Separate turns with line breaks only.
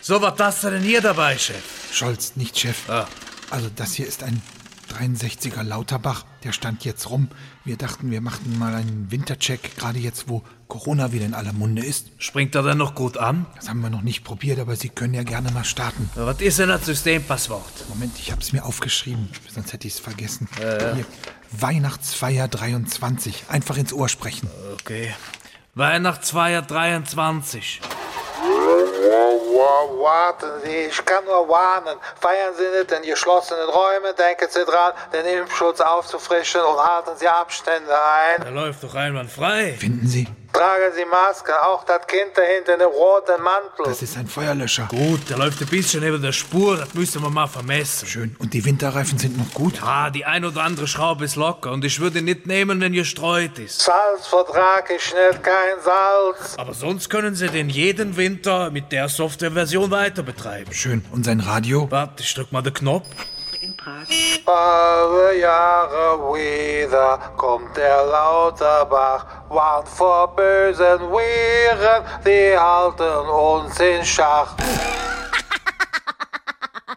So, was hast du denn hier dabei, Chef?
Scholz, nicht Chef.
Ah.
Also das hier ist ein 63er Lauterbach, der stand jetzt rum. Wir dachten, wir machten mal einen Wintercheck, gerade jetzt, wo Corona wieder in aller Munde ist.
Springt er denn noch gut an?
Das haben wir noch nicht probiert, aber Sie können ja gerne mal starten.
Na, Was ist denn das Systempasswort?
Moment, ich hab's mir aufgeschrieben, sonst hätte ich's vergessen. Hier, Weihnachtsfeier 23. Einfach ins Ohr sprechen.
Okay. Weihnachtsfeier 23.
Warten Sie, ich kann nur warnen. Feiern Sie nicht in geschlossenen Räumen, denken Sie dran, den Impfschutz aufzufrischen und halten Sie Abstände ein.
Da läuft doch einwandfrei.
Finden Sie,
Tragen Sie Masken, auch das Kind da hinten im roten Mantel.
das ist ein Feuerlöscher.
Gut, der läuft ein bisschen neben der Spur, das müssen wir mal vermessen.
Schön. Und die Winterreifen sind noch gut?
Ah, die ein oder andere Schraube ist locker und ich würde ihn nicht nehmen, wenn gestreut ist.
Salz vertrag ich nicht, kein Salz.
Aber sonst können Sie den jeden Winter mit der Softwareversion weiter betreiben.
Schön. Und sein Radio?
Warte, ich drück mal den Knopf.
in Prag.
Alle Jahre wieder kommt der Lauterbach. Warnt vor bösen Viren, die halten uns in Schach.